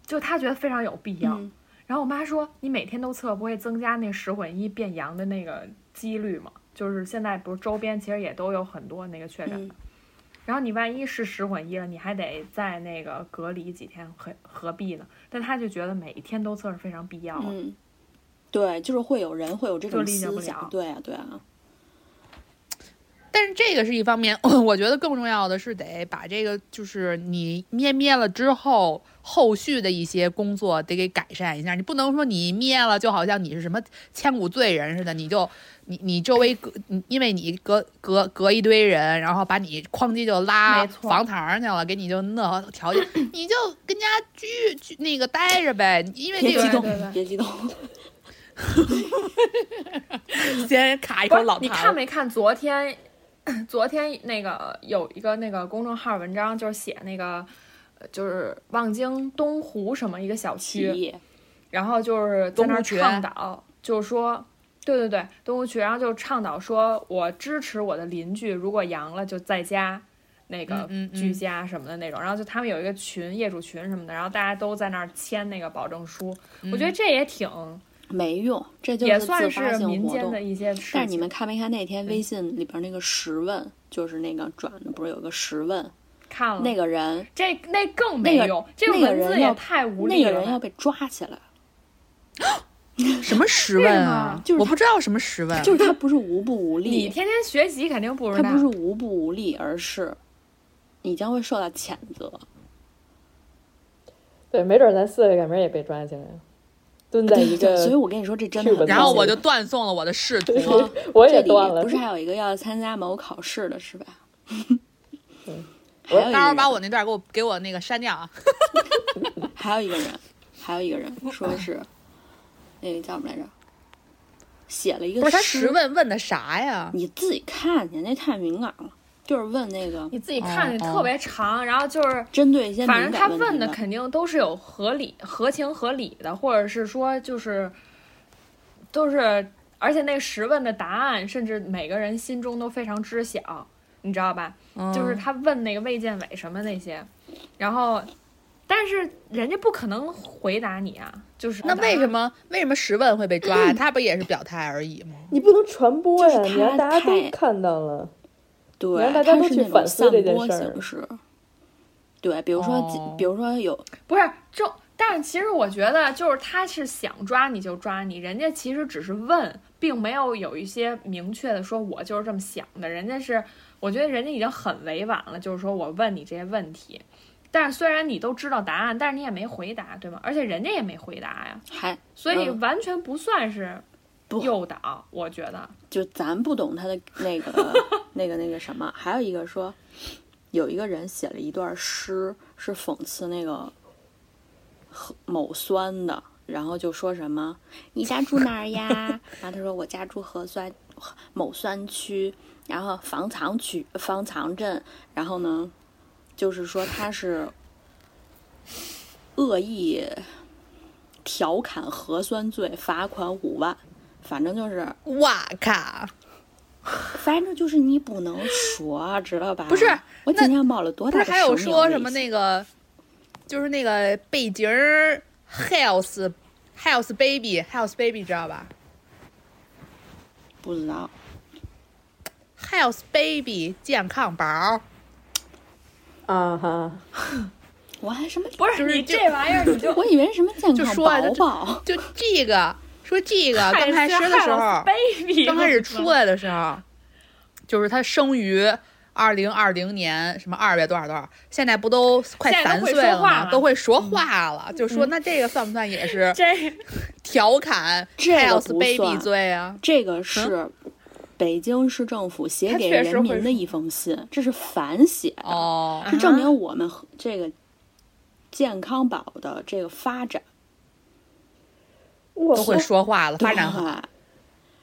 S2: 就她觉得非常有必要。
S1: 嗯
S2: 然后我妈说：“你每天都测，不会增加那十混一变阳的那个几率吗？就是现在不是周边其实也都有很多那个确诊，
S1: 嗯
S2: 然后你万一是十混一了，你还得在那个隔离几天，何何必呢？但她就觉得每一天都测是非常必要的。
S1: 嗯，对，就是会有人会有这
S3: 就
S1: 种
S3: 理解不
S1: 思
S3: 了
S1: 想，对啊，对啊，
S3: 但是这个是一方面， 我觉得更重要的是得把这个，就是你灭灭了之后，后续的一些工作得给改善一下。你不能说你灭了，就好像你是什么千古罪人似的，你就你你周围隔，你因为你隔隔隔一堆人，然后把你哐叽就拉
S2: 没错
S3: 房堂上去了，给你就弄好条件， 你就跟家居居那个待着呗，因为
S1: 别
S3: 这
S1: 激
S3: 个
S1: 动，别激动，
S3: 先卡一
S2: 不
S3: 口
S2: 是
S3: 老
S2: 你
S3: 痰
S2: 看没看昨天？ 昨天那个有一个那个公众号文章，就是写那个，呃就是望京东湖什么一个小
S1: 起
S2: 区，
S1: 义，
S2: 然后就是在
S3: 东
S2: 那
S3: 湖
S2: 儿
S3: 区
S2: 倡导，就是说，对对对，东湖区，然后就倡导说，我支持我的邻居，如果阳了就在家那个
S3: 嗯嗯嗯
S2: 居家什么的那种。然后就他们有一个群，业主群什么的，然后大家都在那儿签那个保证书。我
S3: 嗯
S2: 觉得这也挺，
S1: 没用，这就
S2: 也
S1: 自
S2: 算
S1: 发
S2: 是
S1: 性
S2: 民
S1: 活
S2: 间的
S1: 动。
S2: 一些事情。
S1: 但是你们看没看那天微信里边那个十问，就是那个转的，不是有个十问，
S2: 看了
S1: 那个人
S2: 这那更没
S1: 那个
S2: 用，这
S1: 那个
S2: 文
S1: 人
S2: 字
S1: 要
S2: 也太无
S1: 那
S2: 力
S1: 个
S2: 了吧。
S1: 人要被抓起来，
S3: 什么十问啊
S2: 吗？
S1: 就是
S3: 我
S1: 他
S3: 不知道什么十问，
S1: 就是他不是无不无
S2: 你
S1: 力，
S2: 天天学习肯定不
S1: 他
S2: 知道，
S1: 不是无不无力，而是你将会受到谴责。
S4: 对，没准咱四个改明儿也被抓起来了，蹲在一
S1: 对，所以
S4: 个，
S1: 我跟你说，这真的
S4: 剧
S1: 很
S4: 本
S3: 然后我就断送了我的仕途。
S1: 说
S4: 我
S1: 这
S4: 也
S1: 里
S4: 断了
S1: 不，是还有一个要参加某考试的是吧？还
S4: 我
S1: 有一
S3: 到时
S1: 个
S3: 候把
S1: 人，
S3: 我那段给我给我那个删掉啊。
S1: 还有一个人，还有一个人说是那个叫什么来着？写了一个
S3: 不是他
S1: 诗
S3: 十问问的啥呀？
S1: 你自己看去，那太敏感了。就是问那个
S2: 你自己看着
S3: 哦哦
S2: 特别长，然后就是
S1: 针对一些
S2: 反
S1: 敏
S2: 正他
S1: 感问
S2: 问
S1: 题
S2: 的肯定都是有合理、合情合理的，或者是说就是都是，而且那十问的答案，甚至每个人心中都非常知晓，你知道吧？
S3: 嗯
S1: 嗯
S2: 就是他问那个卫健委什么那些，然后但是人家不可能回答你啊，就是
S3: 那为什么为什么十问会被抓？他不也是表态而已吗？
S4: 你不能传播呀，
S1: 就是
S4: 你
S1: 他
S4: 让大家
S1: 太
S4: 都看到了，
S1: 对，
S4: 让大家
S1: 他
S4: 都
S1: 是
S4: 去
S1: 那种
S4: 反思
S1: 散
S4: 这件
S1: 播
S4: 事儿
S1: 形式。对，比如说，
S3: 哦
S1: 比如说有
S2: 不是就，但是其实我觉得，就是他是想抓你就抓你，人家其实只是问，并没有有一些明确的说我就是这么想的，人家是，我觉得人家已经很委婉了，就是说我问你这些问题，但是虽然你都知道答案，但是你也没回答，对吗？而且人家也没回答呀，
S1: 还
S2: 所以
S1: 嗯
S2: 完全不算是
S1: 不
S2: 诱导，我觉得
S1: 就咱不懂他的那个那个那个什么，还有一个说，有一个人写了一段诗，是讽刺那个和某酸的，然后就说什么“你家住哪儿呀？” 然后他说：“我家住核酸某酸区，然后房藏区房藏镇。”然后呢，就是说他是恶意调侃核酸罪，罚款五万，反正就是。
S3: 哇咔！
S1: 反正就是你不能说，知道吧？
S3: 不是
S1: 我
S3: 那
S1: 今天冒了多
S3: 不
S1: 大
S3: 是
S1: 的
S3: 还有
S1: 生命
S3: 说
S1: 危
S3: 什么
S1: 险
S3: 那个，就是那个背景儿 house house baby house baby 知道吧
S1: 不知道，
S3: ？house baby 健康宝儿，
S4: 啊哈，
S1: 我还什么，
S2: 不是、
S3: 就是
S2: 你
S3: 就
S2: 这玩意儿 你就
S1: 我以为是什么健
S3: 就
S1: 康
S3: 说啊
S1: 宝
S3: 就
S1: 宝，
S3: 就这个说这个刚开始的时候，
S2: baby
S3: 刚开始出来的时候，就是他生于二零二零年什么二月多少多少，现在不都快
S2: 现在
S3: 三
S2: 都会
S3: 岁
S2: 说
S3: 了
S2: 话
S3: 吗？
S2: 了
S3: 都会说话了，
S4: 嗯
S3: 就说那这个算不算也是
S2: 这
S3: 调侃
S1: 这个
S3: house
S1: 不
S3: baby
S1: 算
S3: 罪啊？
S1: 这个是北京市政府写
S2: 他
S1: 给
S2: 确实
S1: 人
S2: 会
S1: 民的
S2: 说
S1: 一封信，这是反写的，
S3: 哦，
S1: 它证明我们和这个健康宝的这个发展
S4: 我
S3: 都会说话了，发展好。
S1: 对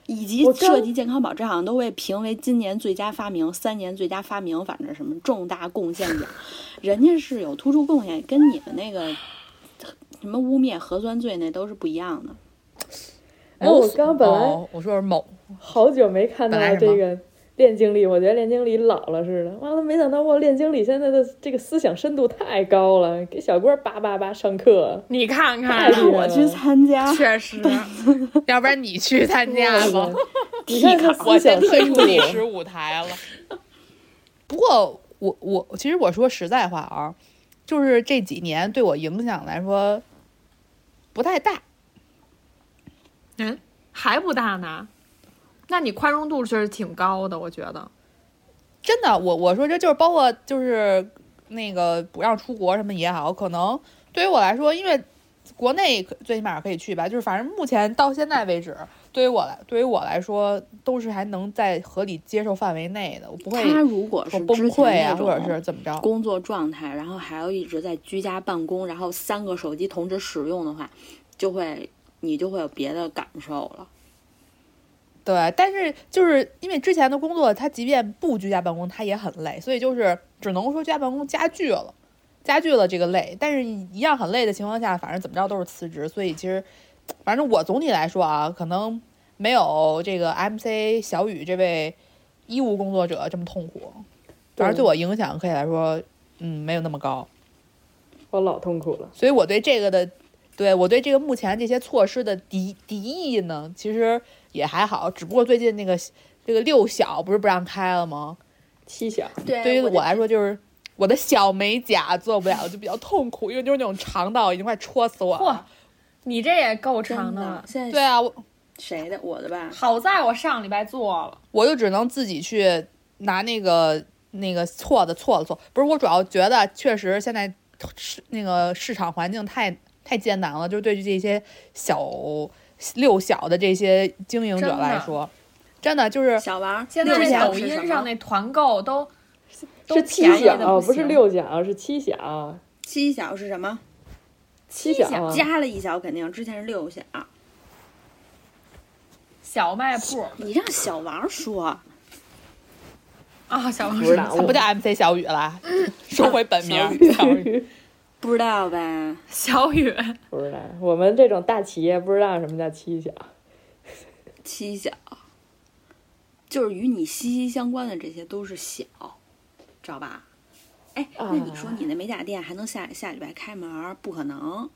S1: 以及
S4: 我
S1: 涉
S4: 刚
S1: 及健康宝，这好像都被评为今年最佳发明、三年最佳发明，反正什么重大贡献奖，人家是有突出贡献，跟你们那个什么污蔑核酸罪那都是不一样的。
S4: 哎，我刚本来
S3: 哦，我说是某，
S4: 好久没看到
S3: 本来是
S4: 这
S3: 吗
S4: 个练经理，我觉得练经理老了似的。完了，没想到我练经理现在的这个思想深度太高了，给小郭叭叭叭上课，
S2: 你看看
S4: 太厉害。了！
S1: 我去参加，
S2: 确实，
S3: 要不然你去参加吧。
S4: 你看他
S3: 我
S4: 思
S3: 先
S4: 想
S3: 退
S4: 深
S3: 出
S4: 度，
S3: 历史舞台了。不过我我其实我说实在话啊，就是这几年对我影响来说不太大。
S2: 人还不大呢，那你宽容度确实挺高的，我觉得。
S3: 真的，我我说这就是包括就是那个不让出国什么也好，可能对于我来说，因为国内可最起码可以去吧，就是反正目前到现在为止，对于我来对于我来说都是还能在合理接受范围内的，我不会
S1: 他如果
S3: 说
S1: 是
S3: 崩
S1: 之
S3: 溃
S1: 前
S3: 啊，
S1: 那种
S3: 或者是怎么着。
S1: 工作状态，然后还要一直在居家办公，然后三个手机同时使用的话，就会你就会有别的感受了。
S3: 对，但是就是因为之前的工作，他即便不居家办公，他也很累，所以就是只能说居家办公加剧了，加剧了这个累。但是一样很累的情况下，反正怎么着都是辞职，所以其实，反正我总体来说啊，可能没有这个 MC 小雨这位医务工作者这么痛苦，反正对我影响可以来说，嗯，没有那么高。
S4: 我老痛苦了。
S3: 所以我对这个的，对我对这个目前这些措施的敌敌意呢，其实也还好，只不过最近那个这个六小不是不让开了吗？
S4: 七小，
S1: 对
S3: 对于我
S1: 我
S3: 来说就是。我的小美甲做不了，就比较痛苦，因为就是那种肠道已经快戳死我
S2: 嚯
S3: 了。，
S2: 你这也够
S1: 真
S2: 长
S1: 的
S2: 的。
S1: 现
S3: 对
S1: 在
S3: 啊，我
S1: 谁的我的吧？
S2: 好在我上礼拜做了，
S3: 我就只能自己去拿那个那个错的错的错，不是我主要觉得确实现在市那个市场环境太太艰难了，就是对于这些小六小的这些经营者
S2: 真的
S3: 来说，真的就是
S1: 小王，
S2: 现在
S1: 六
S2: 那
S1: 小
S2: 抖
S1: 是什
S2: 音
S1: 么
S2: 上那团购都都
S4: 是七
S2: 便宜的
S4: 小，哦
S2: 不
S4: 不是
S2: 行
S4: 六小，是七小，
S1: 七小是什么？
S4: 七
S2: 小
S3: 嗯
S4: 小啊
S1: 加了一小，肯定之前是六小。啊
S2: 小卖铺
S1: 你让小王说，
S2: 啊，小王
S4: 不知
S2: 说
S4: 道
S3: 他不叫 MC 小雨啦，收回本名儿小雨。
S1: 不知道呗？
S2: 小雨，
S4: 不知道，我们这种大企业不知道什么叫七小。
S1: 七小，就是与你息息相关的这些都是小，知道吧？哎，
S3: 啊
S1: 那你说你那美甲店还能下下礼拜开门儿？不可能。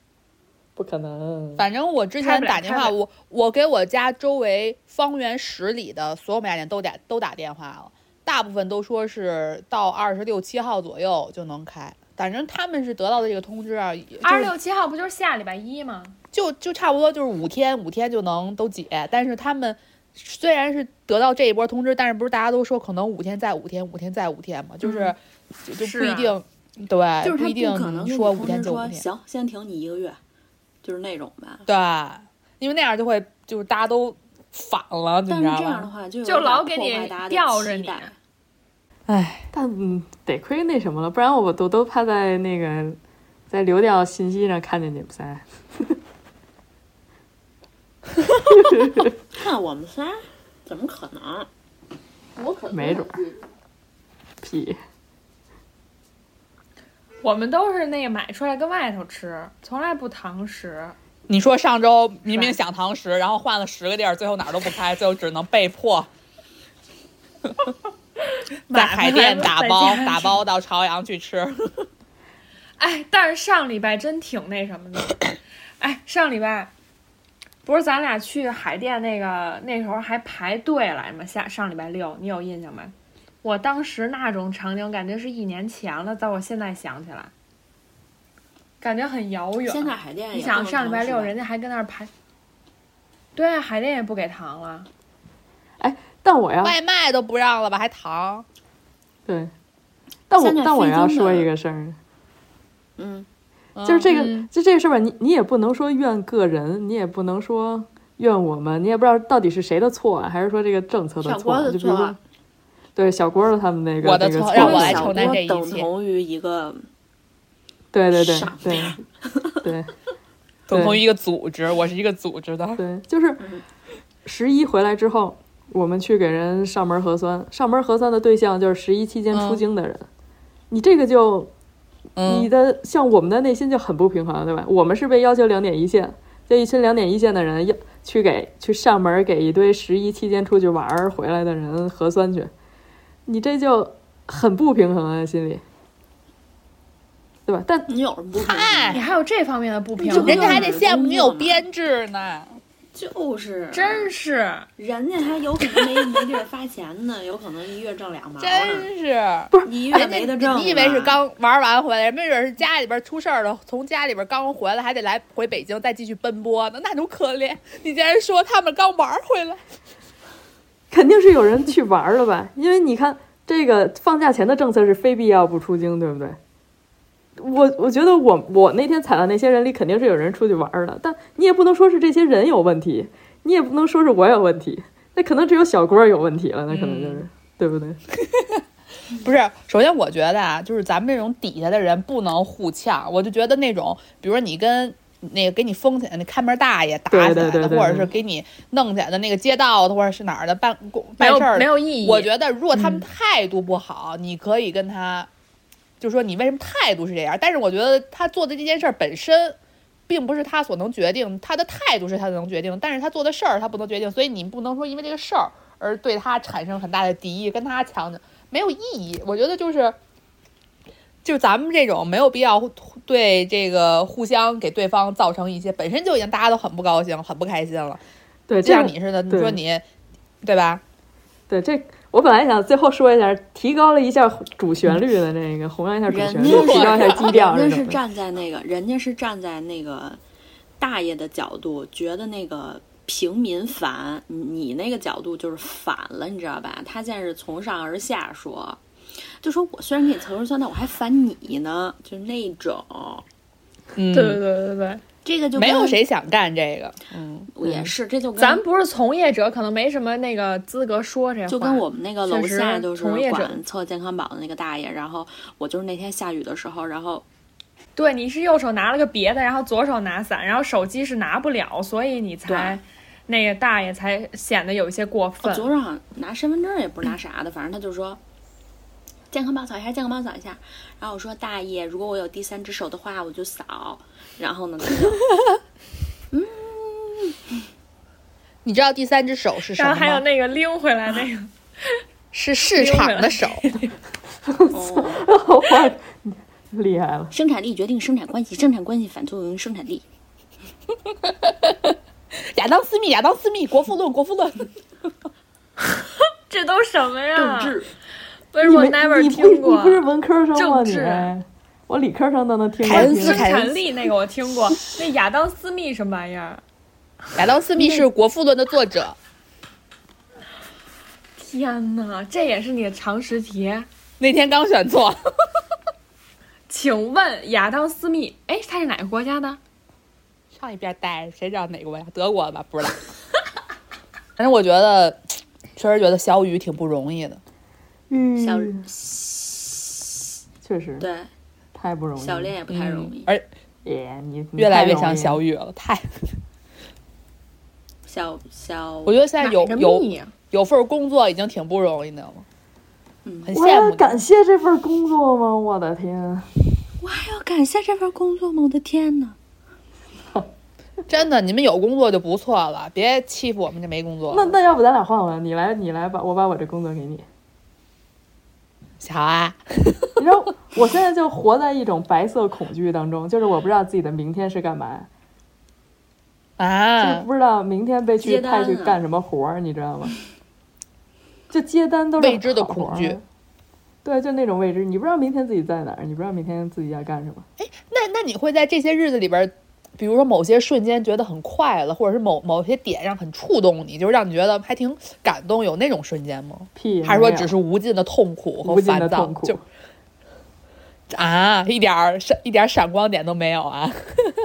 S4: 不可能，
S3: 反正我之
S2: 开
S3: 前
S2: 不了
S3: 打电
S2: 开
S3: 话，
S2: 不
S3: 我我给我家周围方圆十里的所有美甲店都打都打电话了，大部分都说是到二十六七号左右就能开。反正他们是得到的这个通知啊，也就是
S2: 二十六七号不就是下礼拜一吗？
S3: 就就差不多就是五天，五天就能都解。但是他们虽然是得到这一波通知，但是不是大家都说可能五天再五天，五天再五天嘛？就是、
S2: 嗯
S3: 就就是不一
S2: 啊
S3: 定，对，
S1: 就是
S3: 哎不
S1: 他
S3: 一定
S1: 可能跟你
S3: 说
S1: 通
S3: 五天
S1: 知
S3: 就五
S1: 说
S3: 天。
S1: 行，先停你一个月，就是那种吧。
S3: 对，因为那样就会就是大家都反了，你
S1: 但
S3: 知
S1: 是
S3: 道
S1: 这样的
S3: 吧？
S1: 话就有
S2: 就
S1: 点
S2: 老给
S1: 破
S2: 你
S1: 坏大家的
S2: 吊着
S1: 期
S2: 你
S1: 待
S3: 哎，
S4: 但嗯得亏那什么了，不然我都都怕在那个在流调信息上看见你们仨。
S1: 看我们仨，怎么可能？我可
S4: 没准儿屁，
S2: 我们都是那个买出来跟外头吃，从来不堂食。
S3: 你说上周明明想堂食，然后换了十个地儿，最后哪儿都不开，最后只能被迫在海淀打包，
S2: 在家
S3: 打包到朝阳去吃。
S2: 哎，但是上礼拜真挺那什么的。哎，上礼拜不是咱俩去海淀那个那时候还排队来吗？下上礼拜六，你有印象没？我当时那种场景，我感觉是一年前了，在我现在想起来，感觉很遥远。
S1: 现在海淀也
S2: 你
S1: 不
S2: 想
S1: 能
S2: 上礼拜
S1: 堂食
S2: 六
S1: 吧
S2: 人家还跟那儿排，对啊，海淀也不给糖了。
S4: 但我要
S3: 外卖都不让了吧，还糖？
S4: 对，但我
S1: 现在
S4: 但我
S1: 飞
S4: 要
S1: 机
S4: 说
S1: 呢
S4: 一个事儿，
S1: 嗯，
S4: 就是这个、
S2: 嗯
S4: 就这个事儿吧，你你也不能说怨个人，你也不能说怨我们，你也不知道到底是谁的错啊，还是说这个政策的
S1: 小
S4: 错
S1: 郭
S4: 啊？
S1: 的
S4: 就比如
S1: 错
S4: 说，对小郭儿他们那个
S3: 我的
S4: 那个
S3: 错
S4: 错
S3: 让
S1: 因为
S3: 我
S4: 误啊
S3: 来
S1: 小
S3: 承担
S1: 郭
S3: 这一
S1: 等
S3: 切
S1: 同于一个
S4: 对对对
S1: 傻
S4: 对对
S3: 等同
S4: 对
S3: 于一个组织，我是一个组织的。
S4: 对，就是十一回来之后，我们去给人上门核酸，上门核酸的对象就是十一期间出
S3: 嗯
S4: 京的人，你这个就你
S3: 嗯，
S4: 的像我们的内心就很不平衡，对吧？我们是被要求两点一线，这一群两点一线的人要去给去上门给一堆十一期间出去玩儿回来的人核酸去，你这就很不平衡啊，心里，对吧？但
S1: 你有什么不平衡？
S3: 嗨
S2: 你还有这方面的不平
S1: 就
S2: 衡？
S3: 嗯人家还得羡慕你有
S1: 工作嘛
S3: 编制呢。
S1: 就是，
S2: 真是
S1: 人家还有可能没没地儿发钱呢，有可能一月挣两毛呢，
S3: 真是。
S1: 一
S3: 人
S1: 月没得
S3: 家
S1: 挣。
S3: 你以为是？刚玩完回来，没准是家里边出事儿了，从家里边刚回来还得来回北京再继续奔波呢，那多可怜！你竟然说他们刚玩回来，
S4: 肯定是有人去玩儿了吧？因为你看这个放假前的政策是非必要不出京，对不对？我我觉得我我那天采访那些人里，肯定是有人出去玩儿了，但你也不能说是这些人有问题，你也不能说是我有问题，那可能只有小郭有问题了，那可能就是、对不对？
S3: 不是，首先我觉得啊，就是咱们这种底下的人不能互呛。我就觉得那种，比如说你跟那个给你封起来那看门大爷打起来的，
S4: 对对对对对
S3: 或者是给你弄起来的那个街道的，或者是哪儿的办公
S2: 没
S3: 办
S2: 有
S3: 事儿
S2: 没
S3: 的，
S2: 有意义。
S3: 我觉得如果他们态度不好，你可以跟他就说你为什么态度是这样。但是我觉得他做的这件事儿本身。并不是他所能决定，他的态度是他能决定，但是他做的事儿他不能决定，所以你不能说因为这个事儿而对他产生很大的敌意，跟他强的没有意义。我觉得就是，就是咱们这种没有必要互对这个互相给对方造成一些本身就已经大家都很不高兴、很不开心了，
S4: 对，
S3: 就
S4: 这
S3: 像
S4: 样
S3: 你似的，你
S4: 对
S3: 说你，对吧？
S4: 对这我本来想最后说一下，提高了一下主旋律的那个，弘扬一下主旋
S1: 人
S4: 律，
S1: 家
S4: 提高一下基调
S1: 人
S4: 是
S1: 家是站
S4: 什 么的？
S1: 在那个，人家是站在那个大爷的角度，觉得那个平民烦，你你那个角度就是反了，你知道吧？他现在是从上而下说，就说我虽然给你凑合算，但我还烦你呢，就那种。
S3: 嗯，
S2: 对对对对对，
S1: 这个就
S3: 没有
S1: 跟
S3: 谁想干这个。
S1: 也是，这就跟
S2: 咱不是从业者，可能没什么那个资格说这话。
S1: 就跟我们那个楼
S2: 确实
S1: 下就是
S2: 从业者
S1: 管测健康宝的那个大爷，然后我就是那天下雨的时候，然后
S2: 对，你是右手拿了个别的，然后左手拿伞，然后手机是拿不了，所以你才
S1: 对哦
S2: 那个大爷才显得有一些过
S1: 我
S2: 分。
S1: 昨儿好像拿身份证儿也不是拿啥的，反正他就说健康宝扫一下，健康宝扫一下。然后我说大爷，如果我有第三只手的话，我就扫。然后呢，他就
S3: 你知道第三只手是什
S2: 然
S3: 么
S2: 后
S3: 吗？
S2: 还有那个拎回来那个，
S1: 啊
S3: 是市场的手，
S1: 哦，
S4: 哇，厉害了！
S1: 生产力决定生产关系，生产关系反作用于生产力。
S3: 亚当斯密，亚当斯密，国富论，国富论。
S2: 这都什么呀？
S1: 治
S2: 为什
S4: 你
S2: 么
S4: 没
S2: never
S4: 你不
S2: 听过？
S4: 你不是文科生吗？
S2: 政
S4: 你
S2: 治
S4: 我理科生都能听
S3: 凯
S4: 过
S3: 恩
S4: 听
S3: 斯
S2: 生
S4: 过。
S3: 凯
S2: 产力那个我听 过，那亚当斯密什么玩意儿？
S3: 亚当斯密是《国富论》的作者，
S2: 天哪，这也是你的常识题？
S3: 那天刚选 错，
S2: 请问亚当斯密，哎，他是哪个国家的？
S3: 上一边待着，谁知道哪个国家？德国吧，不知道。反正我觉得，确实觉得小雨挺不容易的。
S1: 小、
S4: 嗯，确实
S1: 对
S4: 太不容易了。
S1: 小练也不
S2: 嗯
S1: 太容易，
S3: 而
S4: 耶，你
S3: 越来越像小。雨了，太……
S1: 小小
S3: 我觉得现在有
S2: 哪个
S3: 有
S2: 密呀
S3: 有份工作已经挺不容易的了，
S1: 嗯
S3: 很
S4: 你我
S3: 羡
S4: 要
S3: 慕你。
S4: 感谢这份工作吗？我的天，
S1: 我还要感谢这份工作吗？我的天哪！
S3: 真的，你们有工作就不错了，别欺负我们这没工作
S4: 那
S3: 的。
S4: 那要不咱俩换换？你来，你来把我把我这工作给你。
S3: 小啊，
S4: 你知道，我现在就活在一种白色恐惧当中，就是我不知道自己的明天是干嘛，就是
S3: 啊，
S4: 不知道明天被去
S1: 接单啊
S4: 派去干什么活儿，你知道吗？就接单都是
S3: 未知的
S4: 好活儿啊
S3: 恐惧。
S4: 对，就那种未知，你不知道明天自己在哪儿，你不知道明天自己要干什么。
S3: 那那你会在这些日子里边儿，比如说某些瞬间觉得很快乐，或者是某某些点让很触动你，就是让你觉得还挺感动，有那种瞬间吗？
S4: 屁也没有，
S3: 还是说只是无尽的痛苦和
S4: 无尽
S3: 烦
S4: 的
S3: 躁
S4: 痛？苦？
S3: 就啊，一点儿闪一点儿闪光点都没有啊！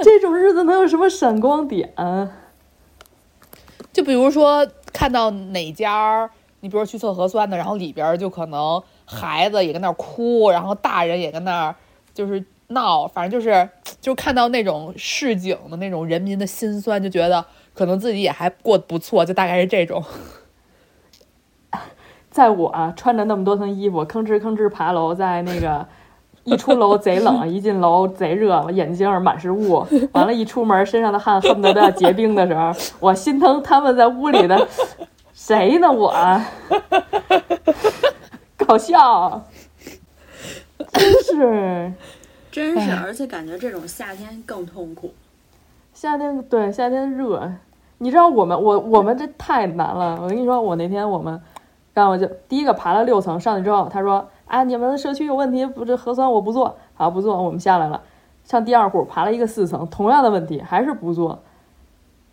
S4: 这种日子能有什么闪光点？
S3: 就比如说看到哪家儿，你比如说去测核酸的，然后里边儿就可能孩子也跟那儿哭，然后大人也跟那儿就是闹，反正就是就看到那种市井的那种人民的辛酸，就觉得可能自己也还过得不错，就大概是这种。
S4: 在我啊，穿着那么多层衣服，吭哧吭哧爬楼，在那个一出楼贼冷，一进楼贼热，眼睛啊满是雾，完了，一出门身上的汗恨不得都要结冰的时候，我心疼他们在屋里的谁呢？我啊搞笑，真是
S1: 真是，而且感觉这种夏天更痛苦。
S4: 夏天对夏天热。你知道我们我我们这太难了，我跟你说，我那天我们，然后我就第一个爬了六层上去之后，他说啊，你们的社区有问题，不这核酸我不做，好不做，我们下来了，上第二户爬了一个四层，同样的问题还是不做，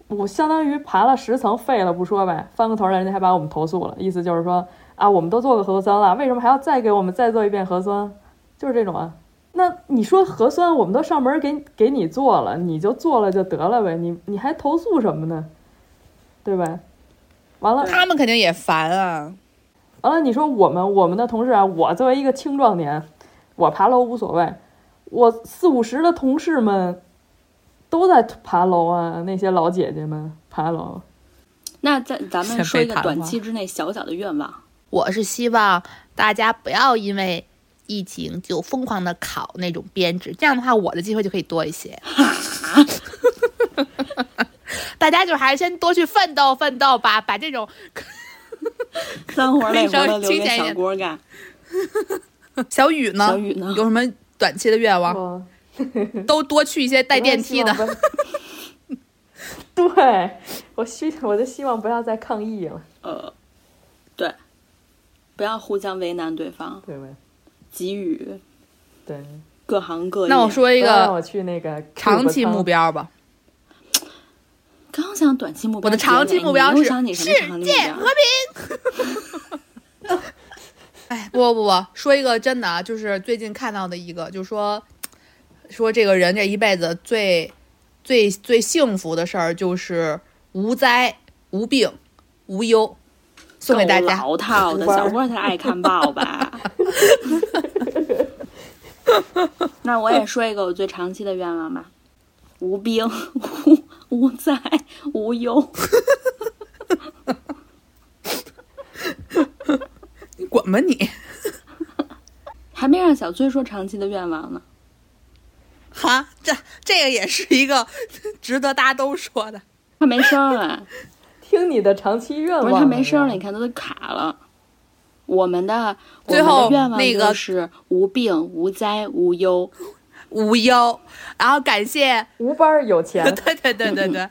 S4: 我相当于爬了十层废了不说呗，翻个头来人家还把我们投诉了，意思就是说啊，我们都做过核酸了，为什么还要再给我们再做一遍核酸？就是这种啊。那你说核酸，我们都上门给给你做了，你就做了就得了呗，你你还投诉什么呢？对吧？完了
S3: 他们肯定也烦啊。
S4: 完了，你说我们我们的同事啊，我作为一个青壮年，我爬楼无所谓，我四五十的同事们都在爬楼啊，那些老姐姐们爬楼，
S1: 那咱咱们
S5: 先
S1: 说一
S5: 被
S1: 个
S5: 谈
S1: 短
S5: 话
S1: 期之内小小的愿 望，
S6: 我是希望大家不要因为疫情就疯狂的考那种编制，这样的话我的机会就可以多一些。 大家就还是先多去奋斗奋斗吧，把这种
S1: 脏活累活
S6: 稍
S1: 的
S6: 微
S1: 留
S6: 清
S1: 给
S6: 闲一
S1: 小
S6: 点
S1: 郭干。
S3: 小雨呢
S1: 小？雨呢？
S3: 有什么短期的愿望？
S4: 我
S3: 都多去一些啊带电梯的。。
S4: 我也希望不对，我希我就希望不要再抗议了，
S1: 呃，对，不要互相为难对方，
S4: 对吧？
S1: 给予
S4: 对，
S1: 各行各业。
S3: 那我说一
S4: 不要让
S3: 个
S4: 我去那个
S3: 长期目
S4: 标，
S3: 标吧，
S1: 刚想短期目标，
S6: 我的长期目标
S1: 你又
S6: 是
S1: 想你什么长期目标？
S3: 哎，不不不，说一个真的啊，就是最近看到的一个，就说说这个人这一辈子最最最幸福的事儿就是无灾无病无忧，送给大
S1: 够
S3: 家。
S1: 老套的
S4: 玩儿
S1: 小郭，他爱看报吧？ 那我也说一个我最长期的愿望吧：无病、无无灾、无忧。
S3: 你滚吧你！
S1: 还没让小崔说长期的愿望呢。
S3: 哈，这这个也是一个 值得大家都说的。
S1: 他没声儿了，
S4: 听你的长期愿
S1: 不
S4: 望。
S1: 是他没声儿了，你看他都卡了。我们的我
S3: 最
S1: 们
S3: 后
S1: 的愿望
S3: 那个
S1: 就是无病无灾无忧。
S3: 无忧，然后感谢，
S4: 吴班儿有
S1: 啊
S4: 钱，
S3: 对对对对对，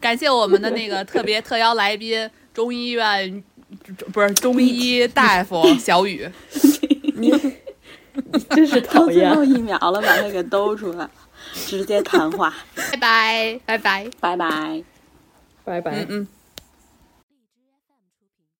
S3: 感谢我们的那个特别特邀来宾，中医院不是中医大夫小雨。
S4: 真是
S1: 到
S4: 讨
S1: 最
S4: 厌
S1: 后。一秒了，把他给兜出来， 直接谈话，
S6: 拜拜拜拜。
S1: 拜拜。
S4: 拜拜。
S3: 嗯嗯，